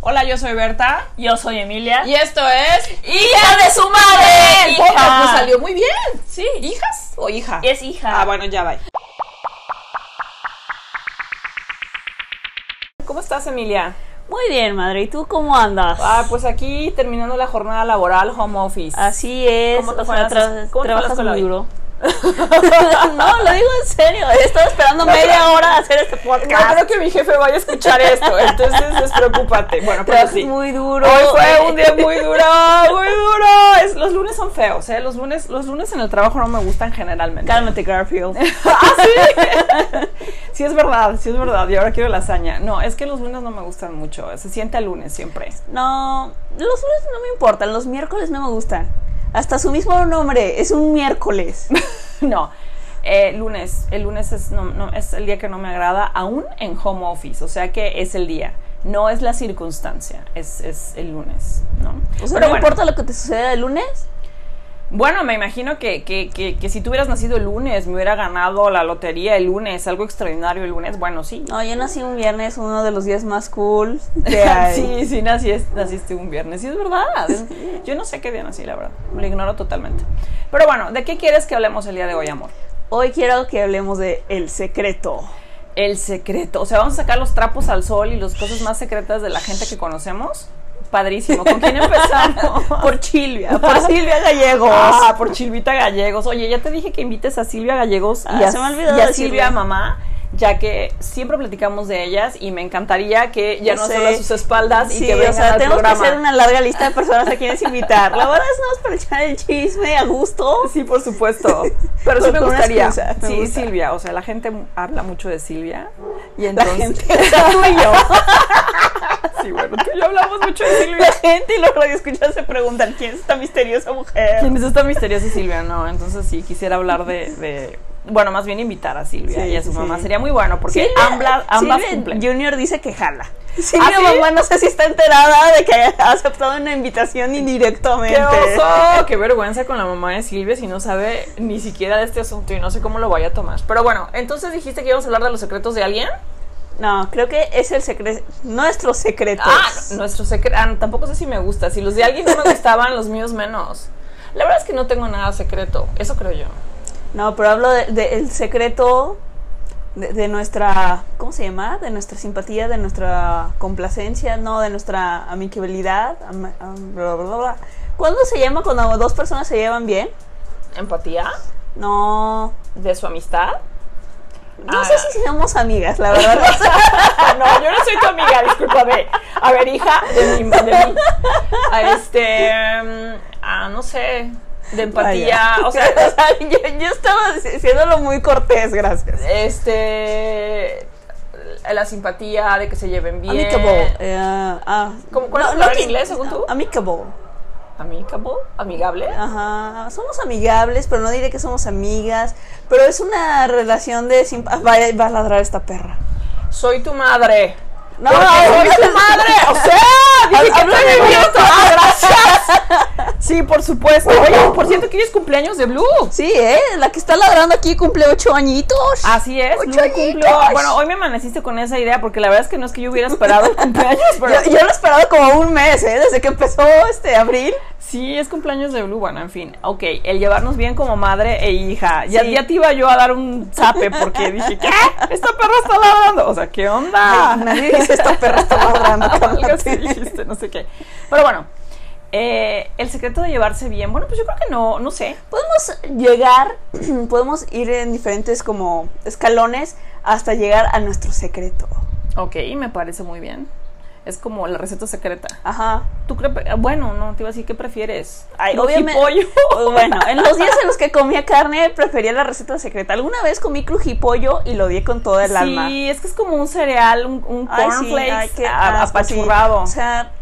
Hola, yo soy Berta. Yo soy Emilia. Y esto es. ¡Hija de su madre! El ¡Hija! podcast nos salió muy bien. Sí. ¿Hijas o hija? Es hija. Ah, bueno, ya va. ¿Cómo estás, Emilia? Muy bien, madre. ¿Y tú cómo andas? Ah, pues aquí terminando la jornada laboral, home office. Así es. ¿Cómo te o fue sea, en la- cómo te tra- fue en la trabajas escuela muy hoy? duro. no, lo digo en serio. He estado esperando media hora a hacer este No podcast. creo que mi jefe vaya a escuchar esto, entonces despreocúpate. Bueno, pero Trabajas sí. muy duro. Hoy eh, fue un día muy duro, muy duro. Es- los lunes son feos, ¿eh? Los lunes, los lunes en el trabajo no me gustan generalmente. Cálmate, Garfield. ¿Ah, sí? sí, es verdad, sí es verdad. Y ahora quiero lasaña. No, es que los lunes no me gustan mucho. Se siente el lunes siempre. No, los lunes no me importan. Los miércoles no me gustan. Hasta su mismo nombre. Es un miércoles. no. eh, lunes, el lunes es, no- no, es el día que no me agrada, aún en home office, o sea que es el día, no es la circunstancia, es, es el lunes, ¿no? O sea, Pero no bueno. importa lo que te suceda el lunes. Bueno, me imagino que, que, que, que si tú hubieras nacido el lunes, me hubiera ganado la lotería el lunes, algo extraordinario el lunes, bueno, sí. No, yo nací un viernes, uno de los días más cool que hay. sí, sí, nací, naciste un viernes, sí, es verdad. es- yo no sé qué día nací, la verdad, lo ignoro totalmente. Pero bueno, ¿de qué quieres que hablemos el día de hoy, amor? Hoy quiero que hablemos de El Secreto. El secreto. O sea, vamos a sacar los trapos al sol y las cosas más secretas de la gente que conocemos. Padrísimo. ¿Con quién empezamos? Por Silvia, por Silvia Gallegos. Ah, por Chilvita Gallegos. Oye, ya te dije que invites a Silvia Gallegos y Ah, a, se me olvidó y a decirle. Silvia Mamá, ya que siempre platicamos de ellas y me encantaría que ya Yo no sé. solo a sus espaldas y Ah, sí, que vengan o sea, al tenemos programa. que hacer una larga lista de personas a quienes invitar. La verdad es no es para echar el chisme a gusto. Sí, por supuesto. Pero sí Con- me con una gustaría. excusa, me sí, gusta. Silvia. O sea, la gente habla mucho de Silvia. Y La entonces. gente, o sea, tú y yo. Sí, bueno, tú y yo hablamos mucho de Silvia. La gente y los radioescuchas se preguntan quién es esta misteriosa mujer. ¿Quién es esta misteriosa Silvia? No, entonces sí, quisiera hablar de... de- bueno, más bien invitar a Silvia Sí, y a su sí, mamá. sí. Sería muy bueno porque Silvia- ambla- ambas Silvia cumplen. Junior dice que jala. ¿Ah, Silvia sí? mamá no sé si está enterada de que ha aceptado una invitación indirectamente. ¡Qué oso! ¡Qué vergüenza con la mamá de Silvia si no sabe ni siquiera de este asunto y no sé cómo lo vaya a tomar! Pero bueno, entonces dijiste que íbamos a hablar de los secretos de alguien. No, creo que es el secreto, nuestro secreto. Ah, no, nuestro secreto. tampoco sé si me gusta. Si los de alguien no me gustaban, los míos menos. La verdad es que no tengo nada secreto. Eso creo yo. No, pero hablo del de, el secreto de, de nuestra, ¿cómo se llama? De nuestra simpatía, de nuestra complacencia, no, de nuestra amicabilidad. am- am- bla, bla, bla, bla. ¿Cuándo se llama cuando dos personas se llevan bien? Empatía No, de su amistad. no Ah. sé si somos amigas, la verdad. no sé. No, yo no soy tu amiga, discúlpame. A ver, hija de mi. De mi- a este. mm, Ah, no sé. De empatía. Vaya. O sea, es- yo, yo estaba diciéndolo muy cortés, gracias. este. La simpatía de que se lleven bien. Amicable. eh, ah, ¿Cómo- cuál es la palabra en que- inglés, según tú? Amicable. Amicable. Amigable. Ajá, somos amigables, pero no diré que somos amigas. Pero es una relación de. simp- ah, Va, va a ladrar esta perra. Soy tu madre. No, Porque soy no, tu no. madre. O sea, dije que Habla soy de mi Blue. nieto. Ah, gracias. Sí, por supuesto. Oye, por cierto, que hoy es cumpleaños de Blue. Sí, ¿eh? La que está ladrando aquí cumple ocho añitos. Así es, Ocho Blue cumplió. añitos. Bueno, hoy me amaneciste con esa idea porque la verdad es que no es que yo hubiera esperado el cumpleaños, pero yo, yo lo he esperado como un mes, ¿eh? Desde que empezó este abril. sí, es cumpleaños de Blue. Bueno, en fin, ok, el llevarnos bien como madre e hija. Ya, Sí. ya te iba yo a dar un zape porque dije, ¿qué? Esta perra está ladrando. O sea, ¿qué onda? Ay, nadie dice esta perra está ladrando. Ah. Algo así cálmate. dijiste, no sé qué. Pero bueno, eh, el secreto de llevarse bien, bueno, pues yo creo que no, no sé. Podemos llegar, podemos ir en diferentes como escalones hasta llegar a nuestro secreto. Ok, me parece muy bien. Es como la receta secreta. Ajá. ¿Tú cre- Bueno, no, te iba a decir, ¿qué prefieres? Ay, Crujipollo. obviamente- Pues Bueno, en los días en los que comía carne prefería la receta secreta. Alguna vez comí crujipollo y lo odié con todo el sí, alma. es que es como un cereal, un, un ah, Ay, sí, ay, cornflakes qué a- asco, sí. apachurrado. O sea,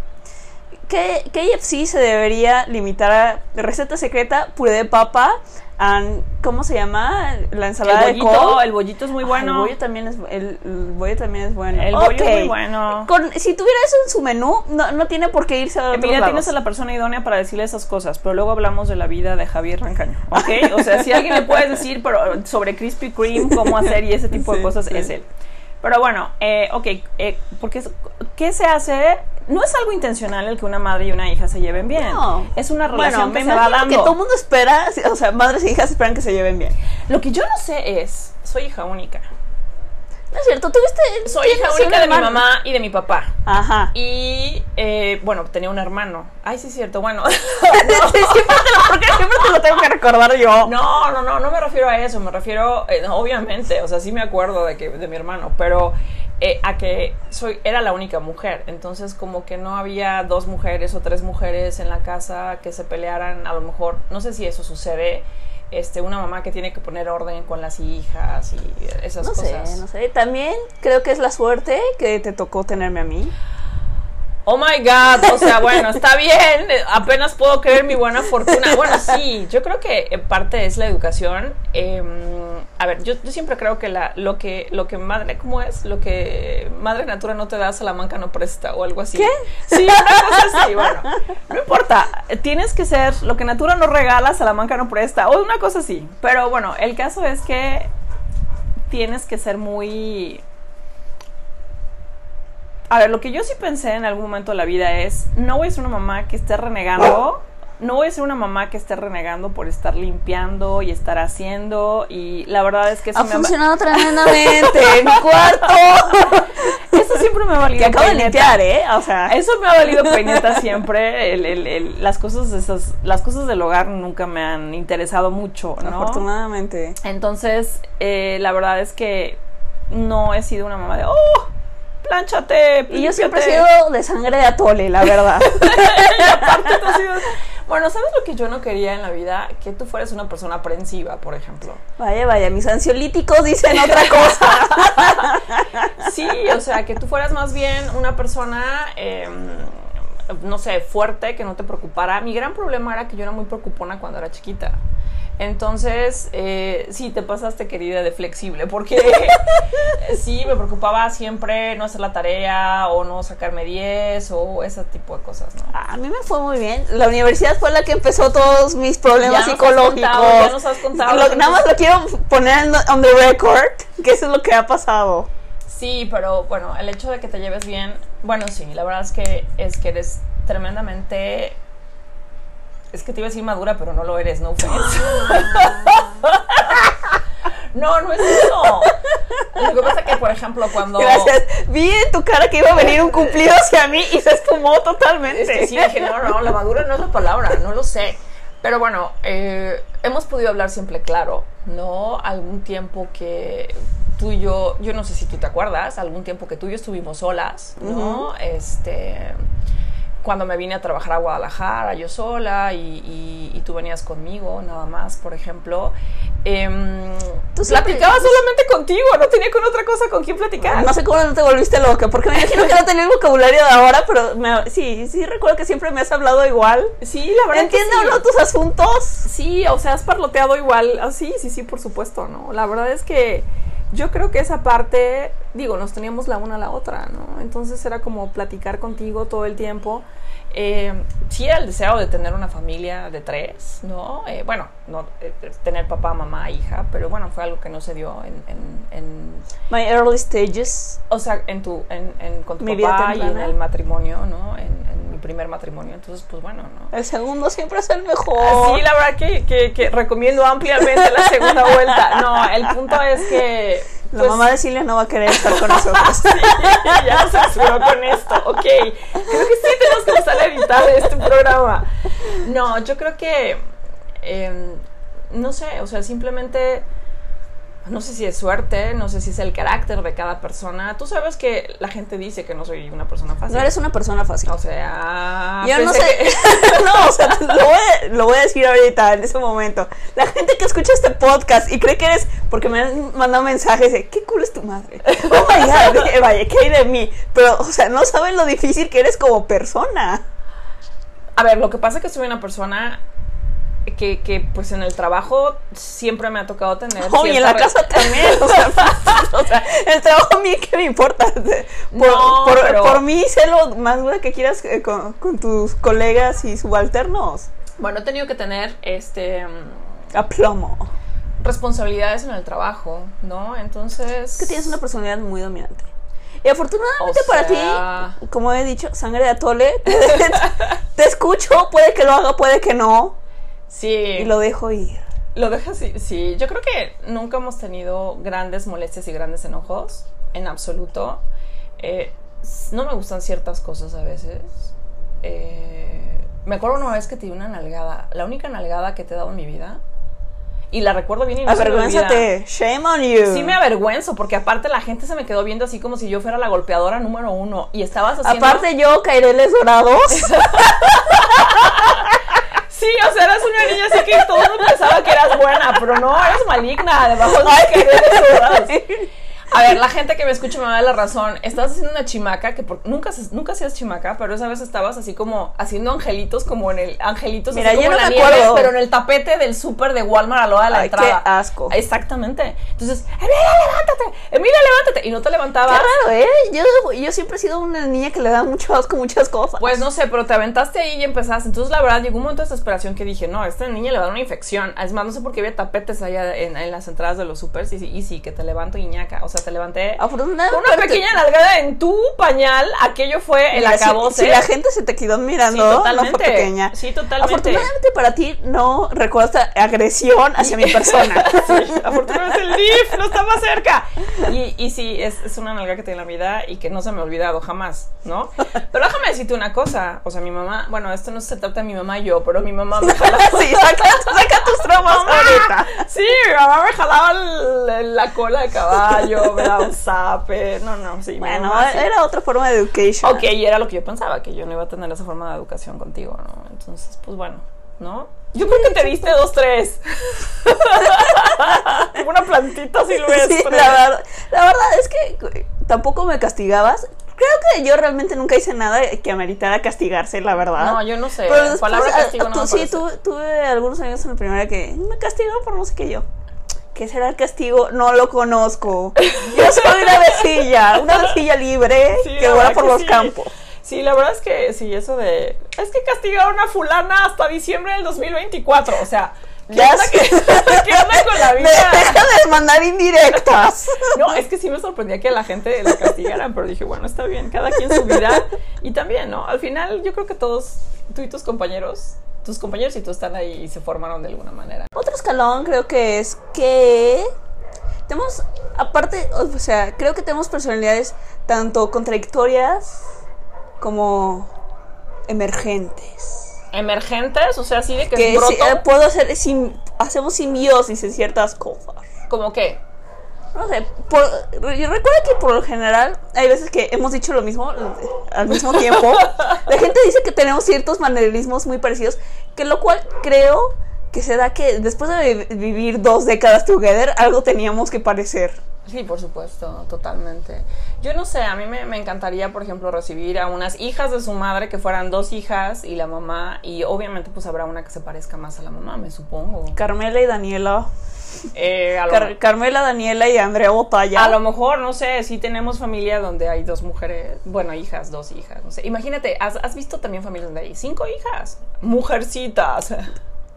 ¿qué, KFC se debería limitar a receta secreta, puré de papa, and- ¿cómo se llama? La ensalada el de bollito, col. el bollito es muy bueno. Ay, el bollo también es el, el bollo también es bueno. El bollo es muy Ok. bueno. Con- si tuviera eso en su menú, no, no tiene por qué irse a otros Emilia, lados. tienes a la persona idónea para decirle esas cosas, pero luego hablamos de la vida de Javier Rancaño, ¿ok? O sea, si alguien le puedes decir pero, sobre Krispy Kreme, cómo hacer y ese tipo de Sí, cosas, sí. es él. Pero bueno, eh, ok, eh, porque es- ¿qué se hace no es algo intencional el que una madre y una hija se lleven bien. No. Es una relación Bueno, me que se va imagino dando. que todo el mundo espera, o sea, madres e hijas esperan que se lleven bien. Lo que yo no sé es, soy hija única. No es cierto, tuviste. Soy hija tienes un única de mi hermano. mamá y de mi papá. Ajá. Y, eh, bueno, tenía un hermano. Ay, sí es cierto, bueno. siempre, te lo, porque siempre te lo tengo que recordar yo. No, no, no, no me refiero a eso, me refiero, eh, no, obviamente, o sea, sí me acuerdo de, que, de mi hermano, pero eh, a que soy, era la única mujer, entonces como que no había dos mujeres o tres mujeres en la casa que se pelearan, a lo mejor, no sé si eso sucede, este, una mamá que tiene que poner orden con las hijas y esas No sé, cosas. no sé. También creo que es la suerte que te tocó tenerme a mí. Oh my God, o sea, bueno, está bien, eh, apenas puedo creer mi buena fortuna. Bueno, sí, yo creo que en parte es la educación. eh, a ver, yo, yo siempre creo que la, lo que lo que madre, ¿cómo es? Lo que madre natura no te da, Salamanca no presta o algo así. ¿Qué? Sí, una cosa así, bueno. No importa, tienes que ser lo que natura no regala, Salamanca no presta o una cosa así. Pero bueno, el caso es que tienes que ser muy a ver, lo que yo sí pensé en algún momento de la vida es, no voy a ser una mamá que esté renegando, no voy a ser una mamá que esté renegando por estar limpiando y estar haciendo, y la verdad es que eso, Ha me ha- funcionado tremendamente en mi cuarto. eso siempre me ha valido Que acabo de peineta. limpiar, ¿eh? O sea, Eso me ha valido peineta siempre, el- el- el- las, cosas esas, las cosas del hogar nunca me han interesado mucho, ¿no? afortunadamente. Entonces, eh, la verdad es que no he sido una mamá de, ¡oh! ¡Plánchate! Y yo siempre he límpiate". sido de sangre de atole, la verdad. Aparte, tú has sido- Bueno, ¿sabes lo que yo no quería en la vida? Que tú fueras una persona aprensiva, por ejemplo. Vaya, vaya, mis ansiolíticos dicen otra cosa. Sí, o sea, que tú fueras más bien una persona, eh, no sé, fuerte, que no te preocupara. Mi gran problema era que yo era muy preocupona cuando era chiquita. Entonces, eh, sí, te pasaste, querida, de flexible, porque eh, sí, me preocupaba siempre no hacer la tarea o no sacarme 10 o ese tipo de cosas, ¿no? A mí me fue muy bien. La universidad fue la que empezó todos mis Ya nos problemas has psicológicos. contado, ya nos has contado. Lo- nada más lo quiero poner en- on the record, que eso es lo que ha pasado. Sí, pero bueno, el hecho de que te lleves bien, bueno, sí, la verdad es que es que eres tremendamente es que te iba a decir madura, pero no lo eres, no offense. No, no es eso. Lo que pasa es que, por ejemplo, cuando Gracias. Vi en tu cara que iba a venir un cumplido hacia mí y se esfumó totalmente. Es que sí, dije, no, no, la madura no es la palabra, no lo sé. Pero bueno, eh, hemos podido hablar siempre claro, ¿no? Algún tiempo que tú y yo, yo no sé si tú te acuerdas, algún tiempo que tú y yo estuvimos solas, ¿no? Este, cuando me vine a trabajar a Guadalajara, yo sola, y, y- y tú venías conmigo, nada más, por ejemplo. Em, Tú siempre- platicaba solamente contigo, no tenía con otra cosa con quién platicar. No sé cómo no te volviste loca, porque me imagino que no tenía el vocabulario de ahora, pero me- sí, sí recuerdo que siempre me has hablado igual. Sí, la verdad. que Entiendo sí. o no tus asuntos. Sí, o sea, has parloteado igual. Ah, sí, sí, sí, por supuesto, ¿no? La verdad es que yo creo que esa parte, digo, nos teníamos la una a la otra, ¿no? Entonces era como platicar contigo todo el tiempo. Eh, sí era el deseo de tener una familia de tres, ¿no? Eh, bueno, no eh, tener papá, mamá, hija, pero bueno, fue algo que no se dio en, en- en- My early stages. o sea, en tu, en, en- con tu Mi vida papá y en temprana. el matrimonio, ¿no? En, en mi primer matrimonio, entonces, pues bueno, ¿no? El segundo siempre es el mejor. Ah, Sí, la verdad que, que- que recomiendo ampliamente la segunda vuelta. No, el punto es que. La pues, mamá de Silvia no va a querer estar con nosotros. ya nos censuró con esto. Ok, creo que sí tenemos que empezar a editar este programa. No, yo creo que. eh, no sé, o sea, simplemente. No sé si es suerte, no sé si es el carácter de cada persona. Tú sabes que la gente dice que no soy una persona fácil. No eres una persona fácil. O sea. Yo no pensé sé. que- no, o sea, te- lo voy, a, lo voy a decir ahorita, en ese momento. La gente que escucha este podcast y cree que eres. Porque me han mandado mensajes de: ¿Qué culo es tu madre? Oh my god, eh, vaya, ¿qué hay de mí? Pero, o sea, no saben lo difícil que eres como persona. A ver, lo que pasa es que soy una persona que, que, pues en el trabajo siempre me ha tocado tener. Oh, y en cierta la re- casa también. O sea, o sea, el trabajo a mí que me importa. Por, No, por, pero- por mí, sé lo más dura que quieras eh, con, con tus colegas y subalternos. Bueno, he tenido que tener este mm, A plomo. responsabilidades en el trabajo, ¿no? Entonces. Es que tienes una personalidad muy dominante. Y afortunadamente O para sea- ti, como he dicho, sangre de atole, te, te escucho, puede que lo haga, puede que no, Sí. y lo dejo ir. Lo dejas, sí, sí. Yo creo que nunca hemos tenido grandes molestias y grandes enojos, en absoluto. Eh, s- no me gustan ciertas cosas a veces. Eh, me acuerdo una vez que te di una nalgada, la única nalgada que te he dado en mi vida. Y la recuerdo bien y no se me olvida. Avergüénzate, shame on you. Sí me avergüenzo, porque aparte la gente se me quedó viendo así como si yo fuera la golpeadora número uno. Y estabas haciendo... Aparte yo, caireles dorados. Sí, o sea, eras una niña así que todo el mundo pensaba que eras buena, pero no, eres maligna, debajo de los quereres dorados. A ver, la gente que me escucha me va a dar la razón. Estabas haciendo una chimaca que por- nunca, se- nunca hacías chimaca, pero esa vez estabas así como haciendo angelitos, como en el angelitos, Mira, así yo como no en la me nieve, acuerdo. pero en el tapete del súper de Walmart a lo de la Ay, qué entrada. asco. Exactamente. Entonces, Emilia, levántate, Emilia, levántate. Y no te Qué levantabas. raro, ¿eh? Yo, yo siempre he sido una niña que le da mucho asco muchas cosas. Pues no sé, pero te aventaste ahí y empezaste. Entonces, la verdad, llegó un momento de desesperación que dije, no, a esta niña le va a dar una infección. Es más, no sé por qué había tapetes allá en, en las entradas de los supers y, sí- y sí, que te levanto iñaca. O sea, te levanté Afortunadamente. con una pequeña nalgada en tu pañal. Aquello fue el Mira, si- acabo Si, la gente se te quedó mirando, no fue pequeña. ¿eh? Sí, totalmente. Afortunadamente para ti no recuerdo esta agresión hacia mi persona. Sí, afortunadamente el DIF no está más cerca. Y, y sí, es, es una nalga que tengo en la vida y que no se me ha olvidado jamás, ¿no? Pero déjame decirte una cosa. O sea, mi mamá, bueno, esto no se trata de mi mamá y yo, pero mi mamá me jalaba. sí, saca, saca tus traumas ¡Mamá! ahorita. Sí, mi mamá me jalaba el- la cola de caballo, me daba un zape. No, no, sí. mi Bueno, mamá sí. era otra forma de education. Ok, y era lo que yo pensaba, que yo no iba a tener esa forma de educación contigo, ¿no? Entonces, pues bueno, ¿no? Yo creo que te diste dos, tres. Una plantita silvestre. Sí, la, verdad, la verdad es que eh, tampoco me castigabas. Creo que yo realmente nunca hice nada que ameritara castigarse, la verdad. No, yo no sé. Pero después, palabra ah, castigo no tú- me sí, parece. tuve, tuve algunos amigos en la primera que me castigaron por no sé qué yo. ¿Qué será el castigo? No lo conozco. Yo soy una vecilla, una vecilla libre Sí, que la vuela verdad por que los sí. campos. Sí, la verdad es que sí, eso de. Es que castigaron a Fulana hasta diciembre del 2024. O sea, ¿qué, Ya onda, sé. que, ¿qué onda con la Me vida? deja de mandar indirectas. No, es que sí me sorprendía que la gente la castigaran, pero dije, bueno, está bien, cada quien su vida. Y también, ¿no? Al final, yo creo que todos, tú y tus compañeros, tus compañeros y tú están ahí y se formaron de alguna manera. Otro escalón creo que es que tenemos, aparte, o sea, creo que tenemos personalidades tanto contradictorias como emergentes. Emergentes, o sea, así de que, Que es broto, si- eh, puedo hacer, sim- hacemos simbiosis en ciertas cosas. como que. No sé, por, re- recuerda que por lo general hay veces que hemos dicho lo mismo eh, al mismo tiempo. La gente dice que tenemos ciertos manerismos muy parecidos, que lo cual creo que se da que después de vi- vivir dos décadas together, algo teníamos que parecer. Sí, por supuesto, totalmente. Yo no sé, a mí me, me encantaría, por ejemplo, recibir a unas hijas de su madre que fueran dos hijas y la mamá, y obviamente pues habrá una que se parezca más a la mamá, me supongo. Carmela y Daniela. Eh, a, lo, Car- Carmela, Daniela y Andrea Botalla. a lo mejor, no sé, si tenemos familia donde hay dos mujeres, bueno, hijas, dos hijas, no sé. Imagínate, ¿has, has visto también familias donde hay cinco hijas? Mujercitas.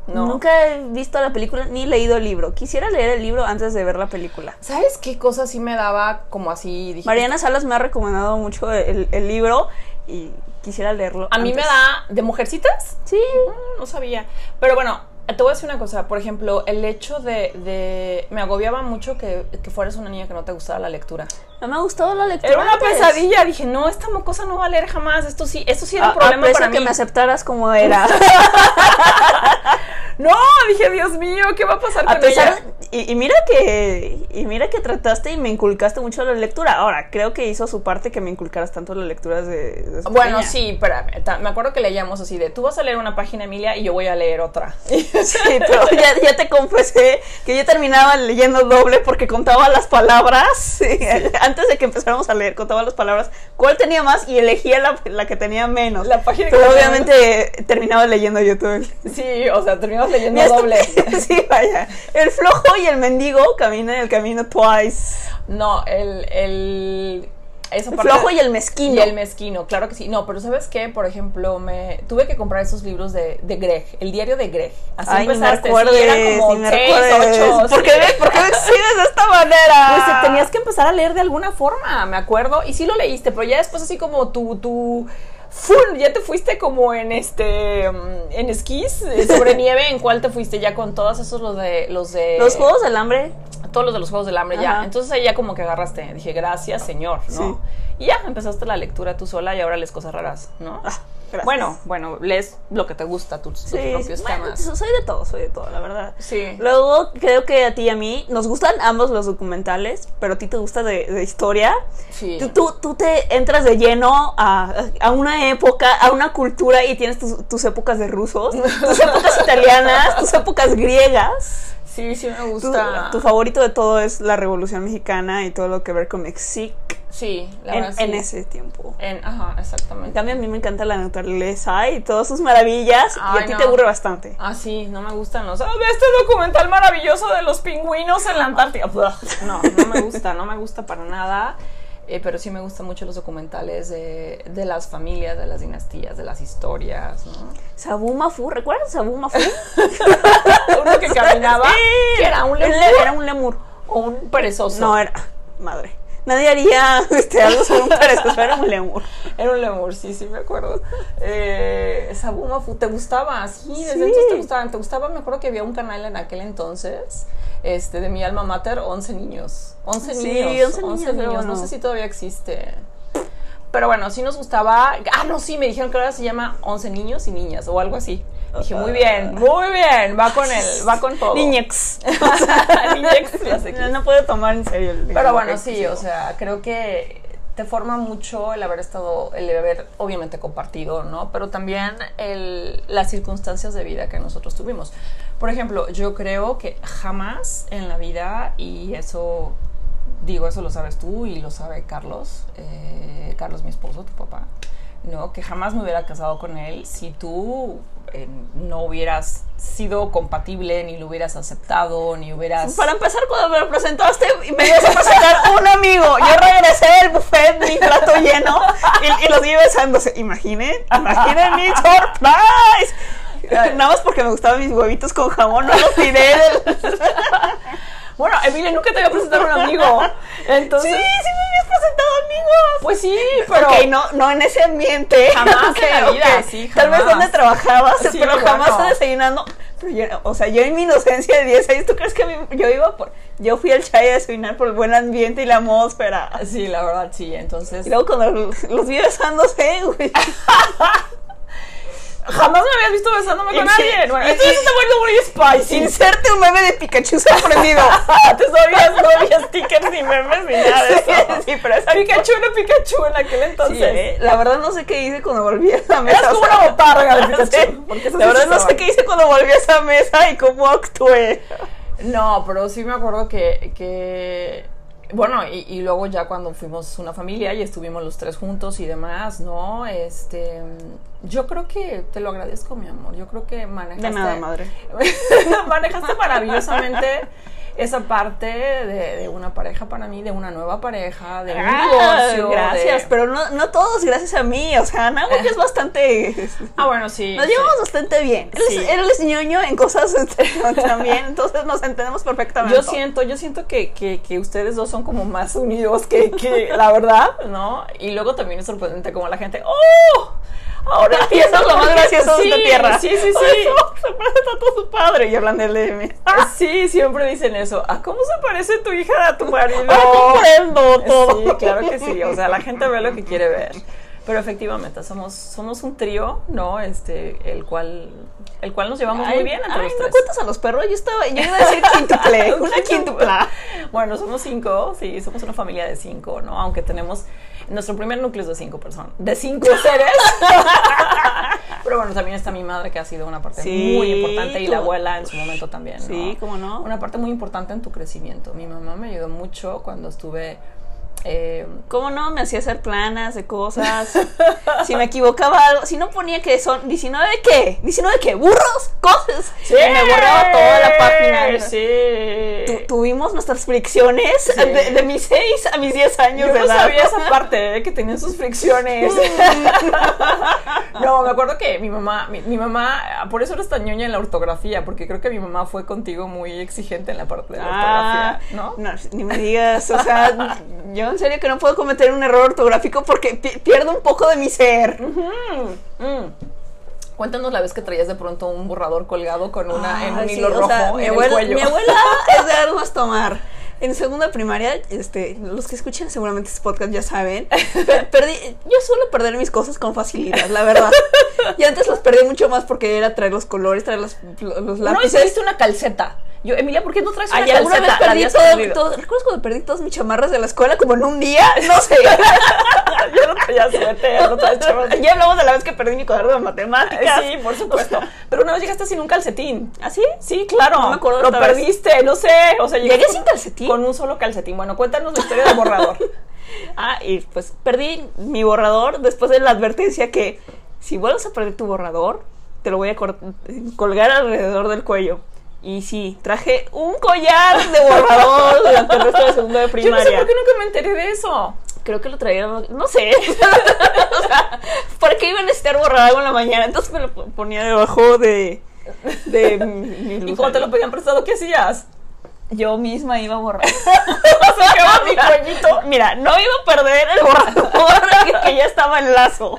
No. Nunca he visto la película ni leído el libro. Quisiera leer el libro antes de ver la película. ¿Sabes qué cosa sí me daba como así? Dije, Mariana Salas me ha recomendado mucho el, el libro y quisiera leerlo. A mí me antes. da de mujercitas. Sí. Mm, No sabía. Pero bueno, te voy a decir una cosa. Por ejemplo, el hecho de. de- me agobiaba mucho que, que fueras una niña que no te gustaba la lectura. No me ha gustado la lectura. Era una antes. pesadilla. Dije, no, esta cosa no va a leer jamás. Esto sí, esto sí era A- un problema aprecio para mí. que me aceptaras como era. No, dije, Dios mío, ¿qué va a pasar A con pesar ella? y, y mira que y mira que trataste y me inculcaste mucho la lectura. Ahora, creo que hizo su parte que me inculcaras tanto las lecturas de, de esa Bueno, pequeña. sí, espérame. ta- Me acuerdo que leíamos así de, tú vas a leer una página, Emilia, y yo voy a leer otra. Sí, pero ya, ya te confesé que yo terminaba leyendo doble porque contaba las palabras. sí, Antes de que empezáramos a leer, contaba las palabras. ¿Cuál tenía más? Y elegía la, la que tenía menos. La página que Pero tenía obviamente terminaba leyendo yo todo el- Sí, o sea, terminamos leyendo Mira, doble. esto- sí, vaya. El flojo y el mendigo caminan el camino twice. No, el, el, esa El parte. flojo y el mezquino. Y el mezquino, claro que sí. No, pero ¿sabes qué? Por ejemplo, me tuve que comprar esos libros de, de Greg, el diario de Greg. Así Ay, ni me empezaste, sí, recuerdes, eran como ni me seis, recuerdes. ocho, ¿Por sí. qué, por qué me exiges de esta manera? Pues te tenías que empezar a leer de alguna forma, me acuerdo. Y sí lo leíste, pero ya después así como tu, tu full, ya te fuiste como en este mm, en esquís eh, sobre nieve, en cuál te fuiste ya con todos esos los de los de Los juegos del hambre. todos los de los juegos del hambre Ajá. ya. Entonces ahí ya como que agarraste, dije, gracias, señor, ¿no? Y ya empezaste la lectura tú sola y ahora lees cosas raras, ¿no? Ah, gracias. Bueno, bueno, lees lo que te gusta, Ah, tus, tus propios bueno, pues, temas. soy de todo, soy de todo, la verdad. Sí. Luego, creo que a ti y a mí nos gustan ambos los documentales, pero a ti te gusta de, de historia. Sí. Tú, tú, tú te entras de lleno a, a una época, a una cultura y tienes tus, tus épocas de rusos, tus épocas italianas, tus épocas griegas. Sí, sí me Tu, gusta. tu favorito de todo es la Revolución Mexicana y todo lo que ver con Mexic Sí, la en, verdad sí. en ese tiempo. En- ajá, En exactamente. cambio, a mí me encanta la naturaleza y todas sus maravillas y Ay, a ti no. te aburre bastante. Ah, sí, no me gustan los. Ah, ve este documental maravilloso de los pingüinos en la Antártida. Blah. No, no me gusta, no me gusta para nada. eh, pero sí me gustan mucho los documentales de, de las familias, de las dinastías, de las historias, ¿no? Sabu Mafu, ¿recuerdas Sabu Mafu? Uno que caminaba, que era un Él lemur Era un lemur. o un perezoso. No, era. Madre. Nadie haría este, algo sobre un perezoso, era un lemur. Era un lemur, sí, sí, me acuerdo. Eh, Sabu Mafu, ¿te gustaba? Sí, desde Sí. entonces te gustaban. Te gustaba, me acuerdo que había un canal en aquel entonces, este, de mi alma mater, 11 niños. 11 Sí, niños. 11 niños, pero No bueno. sé si todavía existe. Pero bueno, sí nos gustaba. Ah, no, sí, me dijeron que ahora se llama 11 niños y niñas o algo así. Dije, muy bien, muy bien, va con el, va con todo. Niñex. Niñex, las X. No, no puedo tomar en serio el Pero bueno, sí, o sea, creo que te forma mucho el haber estado, el haber obviamente compartido, ¿no? Pero también el, las circunstancias de vida que nosotros tuvimos. Por ejemplo, yo creo que jamás en la vida, y eso digo, eso lo sabes tú y lo sabe Carlos, eh, Carlos mi esposo, tu papá, ¿no? Que jamás me hubiera casado con él si tú eh, no hubieras sido compatible, ni lo hubieras aceptado, ni hubieras... Para empezar, cuando me lo presentaste, me ibas a presentar un amigo. Yo regresé del buffet, mi plato lleno, y, y los vi besándose. Imaginen, imaginen mi surprise. Nada más porque me gustaban mis huevitos con jamón, no los tiré del, Bueno, Emilia nunca te había presentado a un amigo. Entonces, sí, sí me habías presentado amigos. pues sí, pero ok, no, no en ese ambiente. Jamás en la Ok, vida, ok. sí, Tal vez jamás. donde trabajabas, Sí, pero bueno. jamás desayunando. Pero yo, o sea, yo en mi inocencia de 10 años, ¿tú crees que mi- yo iba por. Yo fui al Chai a desayunar por el buen ambiente y la atmósfera. sí, la verdad sí, entonces Y luego cuando los, los vi besándose, güey. jamás me habías visto besándome con Y- nadie. Bueno, y- entonces y- se te vuelve muy spicy. Inserte un meme de Pikachu sorprendido. Antes no habías, no había stickers ni memes ni nada de Sí, eso. sí, pero esa- Pikachu era Pikachu en aquel entonces. Sí, ¿eh? La verdad no sé qué hice cuando volví a esa mesa. Eras como o sea, una botarga de Pikachu. sí. porque eso La sí verdad no estaba. sé qué hice cuando volví a esa mesa y cómo actué. No, pero sí me acuerdo que, que bueno, y, y luego ya cuando fuimos una familia y estuvimos los tres juntos y demás, ¿no? Este, yo creo que te lo agradezco, mi amor. Yo creo que manejaste... De nada, madre. manejaste maravillosamente esa parte de, de una pareja para mí, de una nueva pareja, de un Ah, divorcio. gracias, de- pero no, no todos gracias a mí, o sea, Ana que es bastante... Ah, bueno, sí. Nos sí. llevamos bastante bien. Él, Sí. es, él es ñoño en cosas este, también, entonces nos entendemos perfectamente. Yo siento, yo siento que, que- que ustedes dos son como más unidos que, que la verdad, ¿no? Y luego también es sorprendente como la gente, ¡oh! Ahora entiendo Eso es lo por más qué- gracioso de sí, esta tierra. Sí, sí, Ay, sí. no, se parece tanto a su padre. Y hablando de mí. Sí, siempre dicen eso. ¿A cómo se parece tu hija a tu marido? Ahora comprendo todo. Sí, claro que sí. O sea, la gente ve lo que quiere ver. Pero efectivamente, somos, somos un trío, ¿no? Este, el cual, el cual nos llevamos Ay, muy bien entre ay, los no tres. cuentas a los perros. Yo estaba, yo iba a decir quíntuple, una quíntupla. Bueno, somos cinco, sí, somos una familia de cinco, ¿no? Aunque tenemos nuestro primer núcleo es de cinco personas, de cinco seres. Pero bueno, también está mi madre que ha sido una parte Sí, muy importante y la tú- abuela en su momento también. ¿no? Sí, cómo no. Una parte muy importante en tu crecimiento. Mi mamá me ayudó mucho cuando estuve Eh, ¿Cómo no? Me hacía hacer planas de cosas. si me equivocaba algo, si no ponía que son 19 qué, 19 qué, burros, cosas. Y me borraba toda la página. Sí. ¡Eh! Tu- tuvimos nuestras fricciones de, de mis 6 a mis 10 años Yo de no edad. sabía esa parte, ¿eh? que tenían sus fricciones. no, me acuerdo que mi mamá, mi, mi mamá, por eso eres tan ñoña en la ortografía, porque creo que mi mamá fue contigo muy exigente en la parte de la Ah, ortografía, ¿no? ni me digas, o sea, yo en serio que no puedo cometer un error ortográfico porque pi- pierdo un poco de mi ser. Mm. Cuéntanos la vez que traías de pronto un borrador colgado con una en Ah, un sí, hilo o rojo sea, en mi el abuela, cuello. mi abuela es de armas tomar. En segunda primaria, este, los que escuchan seguramente este podcast ya saben, per- perdí, yo suelo perder mis cosas con facilidad, la verdad. Y antes las perdí mucho más porque era traer los colores, traer los, los no, y lápices. trajiste una calceta. Yo, Emilia, ¿por qué no traes una Ay, alguna vez calceta? La perdí habías todo, perdido. todo- ¿Recuerdas cuando perdí todas mis chamarras de la escuela como en un día? No sé. Yo no traía suéter, no traía chamarra. ya hablamos de la vez que perdí mi cuaderno de matemáticas. Sí, por supuesto. Pero una vez llegaste sin un calcetín. ¿Así? Sí, claro. No me acuerdo Lo otra vez. perdiste, no sé. O sea, ¿Llegué llegaste sin con- calcetín? Con un solo calcetín. Bueno, cuéntanos la historia del borrador. Ah, y pues perdí mi borrador después de la advertencia que si vuelves a perder tu borrador, te lo voy a cor- colgar alrededor del cuello. Y sí, traje un collar de borrador durante el resto de segundo de Yo no sé primaria. por qué nunca me enteré de eso. Creo que lo traían, no sé. o sea, ¿por qué iba a necesitar borrar algo en la mañana? Entonces me lo po- ponía debajo de, de mi, mi Y blusa. cuando te lo pedían prestado, ¿qué hacías? Yo misma iba a borrar. O sea, que va mi cuellito. Mira, no iba a perder el borrador que, que ya estaba en lazo.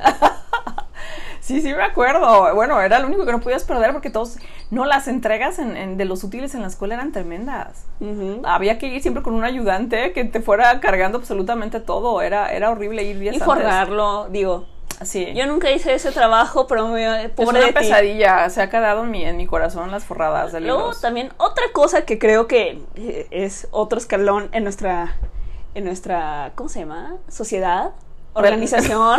Sí, sí, me acuerdo. Bueno, era lo único que no podías perder porque todos. No, las entregas en- en- de los útiles en la escuela eran tremendas. Había que ir siempre con un ayudante que te fuera cargando absolutamente todo. Era, era horrible ir días Y antes. forrarlo, digo. Sí. Yo nunca hice ese trabajo, pero me pobre es una de ti. pesadilla, se ha quedado en mi, en mi corazón las forradas de Luego libros. también otra cosa que creo que eh, es otro escalón en nuestra en nuestra ¿cómo se llama? sociedad, organización.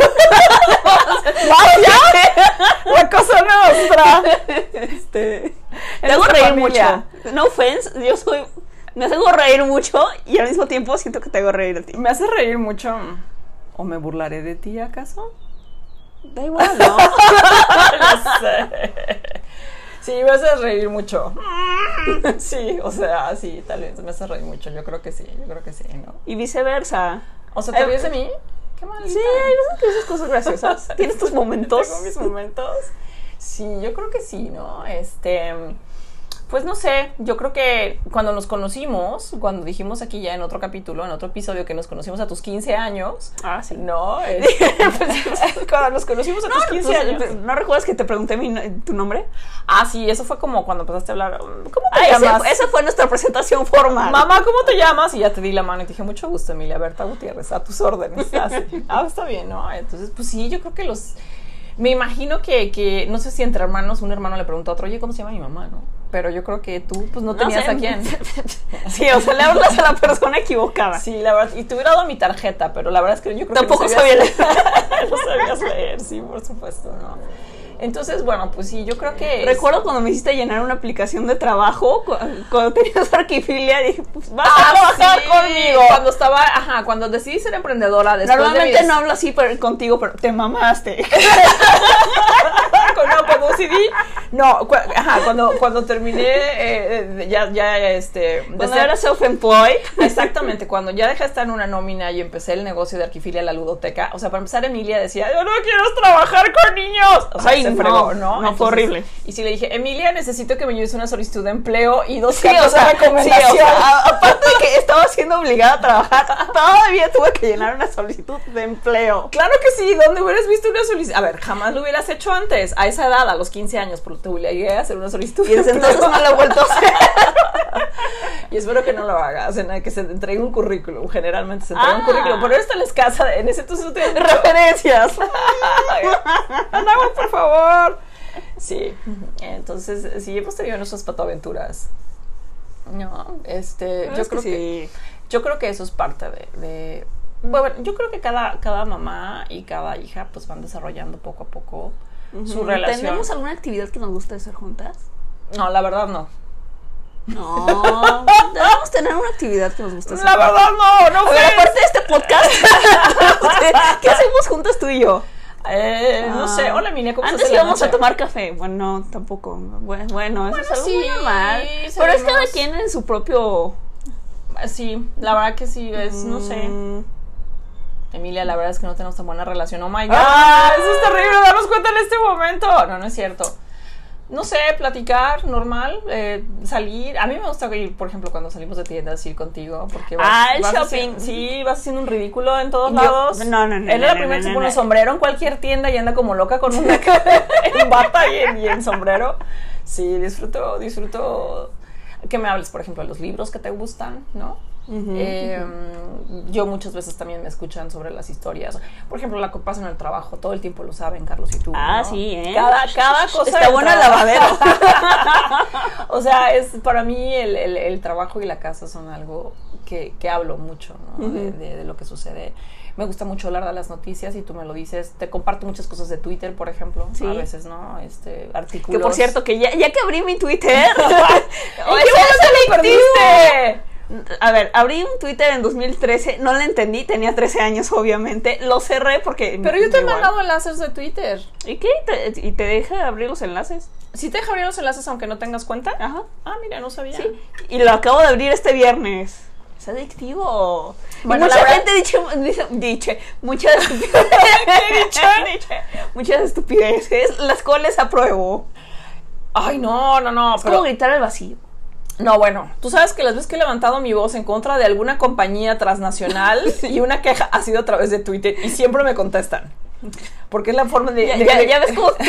¡La cosa nuestra! este, En me hago nuestra reír familia. mucho. No offense, yo soy me hago reír mucho y al mismo tiempo siento que te hago reír a ti. Me hace reír mucho. ¿O me burlaré de ti acaso? Da igual, ¿no? No sé. Sí, me hace reír mucho. Sí, o sea, sí, tal vez me hace reír mucho. Yo creo que sí, yo creo que sí, ¿no? y viceversa. O sea, ¿te Eh, ríes de mí? Qué mal. Sí, hay veces que esas cosas graciosas. Tienes tus momentos. Tengo mis momentos. Sí, yo creo que sí, ¿no? Este. Pues no sé, yo creo que cuando nos conocimos, cuando dijimos aquí ya en otro capítulo, en otro episodio, que nos conocimos a tus 15 años. Ah, sí. No, Este, cuando nos conocimos a tus 15 pues, años. pues, ¿No recuerdas que te pregunté mi no- tu nombre? Ah, sí, eso fue como cuando empezaste a hablar. ¿Cómo te Ah, ese- llamas? esa fue nuestra presentación formal. Mamá, ¿cómo te llamas? Y ya te di la mano y te dije, mucho gusto, Emilia Berta Gutiérrez, a tus órdenes. Así. Ah, está bien, ¿no? Entonces, pues sí, yo creo que los... Me imagino que, que, no sé si entre hermanos, un hermano le preguntó a otro, oye, ¿cómo se llama mi mamá, no? Pero yo creo que tú, pues no tenías sé. a quién. Sí, o sea, le hablas a la persona equivocada. Sí, la verdad, y te hubiera dado mi tarjeta, pero la verdad es que yo creo Tampoco que no sabía leer. no sabías leer, sí, por supuesto, ¿no? Entonces, bueno, pues sí, yo creo que... Recuerdo cuando me hiciste llenar una aplicación de trabajo, cu- cuando tenías arquifilia, dije, pues vas Ah, a trabajar sí, conmigo. Cuando estaba, ajá, cuando decidí ser emprendedora después Normalmente de no hablo así pero- contigo, pero te mamaste. con- no, cuando decidí, no, cu- ajá, cuando, cuando terminé, eh, eh, ya, ya, este, de Cuando ser- eras self-employed. Exactamente, cuando ya dejé de estar en una nómina y empecé el negocio de arquifilia la ludoteca, o sea, para empezar Emilia decía, yo no quiero trabajar con niños. O sea, Ay, se no, fregó, ¿no? no, fue horrible. Y si le dije, Emilia, necesito que me ayudes una solicitud de empleo y dos Sí, cartas o sea, de recomendación. sí, o sea, a- aparte de que estaba siendo obligada a trabajar, todavía tuve que llenar una solicitud de empleo. Claro que sí, ¿dónde hubieras visto una solicitud? A ver, jamás lo hubieras hecho antes, a esa edad, a los 15 años, porque te obligué a hacer una solicitud. Y desde de empleo. entonces no lo he vuelto a hacer. Y espero que no lo hagas, en el que se te entregue un currículum. Generalmente se entrega un Ah. currículum, pero eres tan escasa. de- En ese entonces no tienes mucho. Referencias. Andamos, por favor. Sí, entonces sí hemos tenido nuestras patoaventuras. No, este, yo creo que, yo creo que eso es parte de, de- bueno, yo creo que cada, cada mamá y cada hija pues van desarrollando poco a poco su relación. ¿Tenemos alguna actividad que nos gusta hacer juntas? No, la verdad no. No, debemos tener una actividad que nos guste hacer. La verdad, no, no Oigan, sé. aparte de este podcast, ¿qué, qué hacemos juntas tú y yo? Eh, no sé, hola, Mine, ¿cómo Ah. Antes estás en la íbamos a noche? tomar café. Bueno, no, tampoco. Bueno, bueno, eso es algo muy sí, normal. sí, Pero es cada sabemos. quien en su propio. Sí, la verdad que sí, es, no sé. Mm, Emilia, la verdad es que no tenemos tan buena relación. Oh my god, Ah. eso es terrible, darnos cuenta en este momento. No, no es cierto. No sé, platicar, normal, eh, salir. A mí me gusta ir, por ejemplo, cuando salimos de tiendas, ir contigo. Porque vas, Ah, el vas shopping. haciendo- sí, vas haciendo un ridículo en todos Yo- lados. no, no, no, Él era no, la primera no, que se no, pone no. un sombrero en cualquier tienda y anda como loca con una en bata y en, y en sombrero. Sí, disfruto, disfruto que me hables, por ejemplo, de los libros que te gustan, ¿no? ujú. Eh, yo muchas veces también me escuchan sobre las historias. Por ejemplo, la que pasa en el trabajo, todo el tiempo lo saben, Carlos y tú. Ah, ¿no? sí, ¿eh? Cada, cada cosa. Está del bueno el trabajo. lavadero. O sea, es para mí el, el- el trabajo y la casa son algo que, que hablo mucho, ¿no? de, de- de lo que sucede. Me gusta mucho hablar de las noticias y tú me lo dices. Te comparto muchas cosas de Twitter, por ejemplo. Sí. A veces, ¿no? Este, Que artículos. por cierto, que ya, ya que abrí mi Twitter. ¡Ay, ¡Oh, qué bueno ese es que lo selectivo! perdiste! A ver, abrí un Twitter en 2013, no la entendí, tenía 13 años obviamente, lo cerré porque... Pero yo te he igual. mandado enlaces de Twitter. ¿Y qué? ¿Y te- ¿Y te deja abrir los enlaces? Si te deja abrir los enlaces aunque no tengas cuenta. Ajá. Ah, mira, no sabía. Sí. Y lo acabo de abrir este viernes. Es adictivo. Y Bueno, mucha la verdad- gente dice, dice, dice, muchas estupideces, Dice. muchas estupideces, las cuales apruebo. Ay, no, no, no. Es pero- como gritar al vacío. no, bueno, tú sabes que las veces que he levantado mi voz en contra de alguna compañía transnacional y una queja ha sido a través de Twitter y siempre me contestan. Porque es la forma de. Ya, de- ya- de- ya ves cómo tú-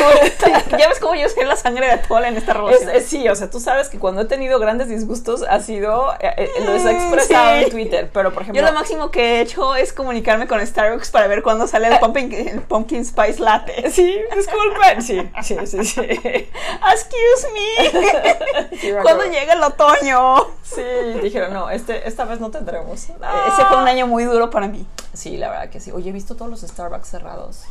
ya ves cómo yo soy la sangre de Atola en esta Es- relación. es- sí, o sea, tú sabes que cuando he tenido grandes disgustos ha sido. eh, eh, lo he expresado Sí. en Twitter, pero por ejemplo. Yo lo máximo que he hecho es comunicarme con Starbucks para ver cuándo sale el pumpkin, el pumpkin spice latte. Sí, disculpen. Sí, sí, sí, sí. Excuse me. Sí, me ¿Cuándo acuerdo. llega el otoño? Sí, dijeron, no, este, esta vez no tendremos. E, Ese fue un año muy duro para mí. Sí, la verdad que sí. Oye, he visto todos los Starbucks cerrados.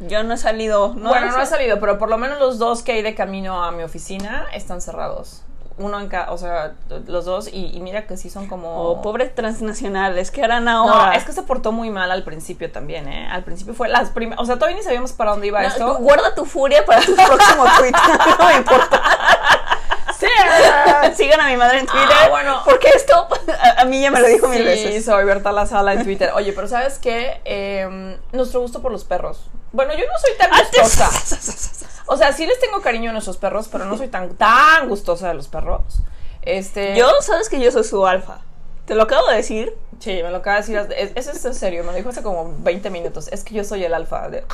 Yo no he salido. No bueno, no ha he salido. salido, pero por lo menos los dos que hay de camino a mi oficina están cerrados. Uno en cada, o sea, los dos, y, y mira que sí son como... Oh, pobres transnacionales, ¿qué harán ahora? No, es que se portó muy mal al principio también, ¿eh? Al principio fue las primeras... O sea, todavía ni sabíamos para dónde iba No, esto. tú Guarda tu furia para tu próximo tweet. no me importa. ¡Sí! Sigan a mi madre en Twitter. Ah, bueno. Porque esto a, a mí ya me lo dijo mil Sí, veces. soy Berta La Sala en Twitter. Oye, pero ¿sabes qué? Eh, nuestro gusto por los perros. Bueno, yo no soy tan gustosa. O sea, sí les tengo cariño a nuestros perros, pero no soy tan, tan gustosa de los perros. Este... Yo, sabes que yo soy su alfa. Te lo acabo de decir. Sí, me lo acaba de decir. es- Eso es en serio, me lo dijo hace como 20 minutos. Es que yo soy el alfa. de-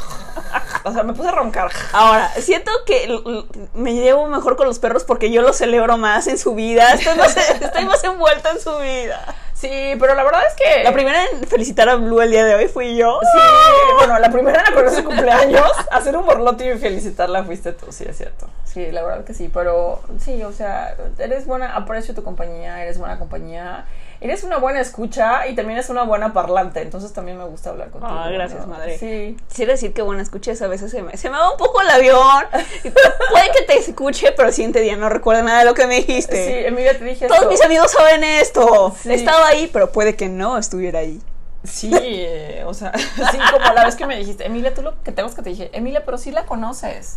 O sea, me puse a roncar. Ahora, siento que l- l- me llevo mejor con los perros porque yo los celebro más en su vida. Estoy más, estoy más envuelta en su vida. Sí, pero la verdad es que. La primera en felicitar a Blue el día de hoy fui yo. Eh. Sí, bueno, la primera en acordar su cumpleaños, hacer un borlote y felicitarla fuiste tú, sí, es cierto. Sí, la verdad que sí, pero sí, o sea, eres buena, aprecio tu compañía, eres buena compañía, eres una buena escucha y también eres una buena parlante, entonces también me gusta hablar contigo. Ah, gracias, madre. Sí. Quiero decir que, bueno, escuches, a veces se me, se me va un poco el avión. Puede que te escuche, pero el siguiente día no recuerdo nada de lo que me dijiste. Sí, en mi vida te dije Todos esto. mis amigos saben esto. Sí. Estaba ahí, pero puede que no estuviera ahí. Sí, eh, o sea, sí, como la vez que me dijiste, Emilia, tú lo que tengo es que te dije, Emilia, pero sí la conoces.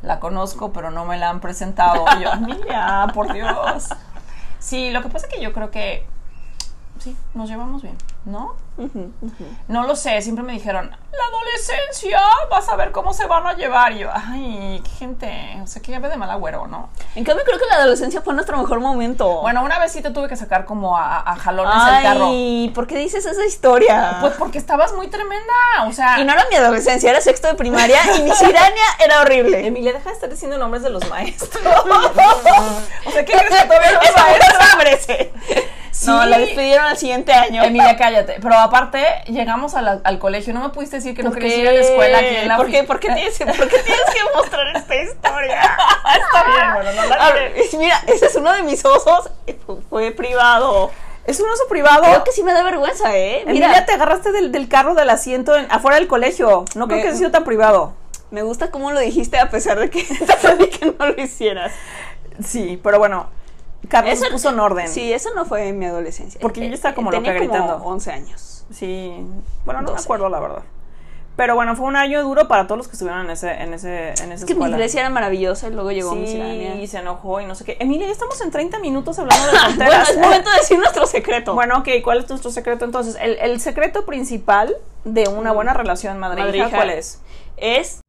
La conozco, pero no me la han presentado. Y yo, Emilia, por Dios. Sí, lo que pasa es que yo creo que sí, nos llevamos bien, ¿no? No lo sé, siempre me dijeron, la adolescencia, vas a ver cómo se van a llevar. Y yo, ay, qué gente, o sea, que ya ve de mal agüero, ¿no? En cambio, creo que la adolescencia fue nuestro mejor momento. Bueno, una vez sí te tuve que sacar como a, a jalones el carro. Ay, ¿por qué dices esa historia? Pues porque estabas muy tremenda, o sea. y no era mi adolescencia, era sexto de primaria y mi sirania era horrible. Emilia, deja de estar diciendo nombres de los maestros. o sea, ¿qué crees que todavía no Esa sabes? mujer se la merece. No, Sí. la despidieron al siguiente año. Emilia, cállate. Pero aparte, llegamos a la- al colegio. No me pudiste decir que no ¿Por querías qué? ir a la escuela aquí en la ¿Por qué? ofi- ¿Por qué tienes, por qué tienes que mostrar esta historia? Está bien, bueno, no la- A ver, mira, ese es uno de mis osos. Fue privado. Es un oso Creo privado. que sí me da vergüenza, ¿eh? Emilia, Mira, te agarraste del, del carro del asiento en- afuera del colegio. No creo Me- que haya sido tan privado. me gusta cómo lo dijiste a pesar de que te pedí que no lo hicieras. Sí, pero bueno. Carlos Eso- puso en orden. Sí, eso no fue en mi adolescencia. Porque yo ya estaba como Tenía loca gritando. como 11 años. Sí, bueno, no me Doce. acuerdo la verdad. Pero bueno, fue un año duro para todos los que estuvieron en ese en ese en esa Es que mi escuela. iglesia era maravillosa y luego llegó mi sí, y miscelánea. se enojó y no sé qué. Emilia, ya estamos en 30 minutos hablando de Bueno, tonteras. es momento de decir nuestro secreto. Bueno, ok, ¿cuál es nuestro secreto entonces? El, el secreto principal de una buena relación madre-hija, Mm. Madre-hija. ¿cuál es? es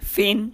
Fin.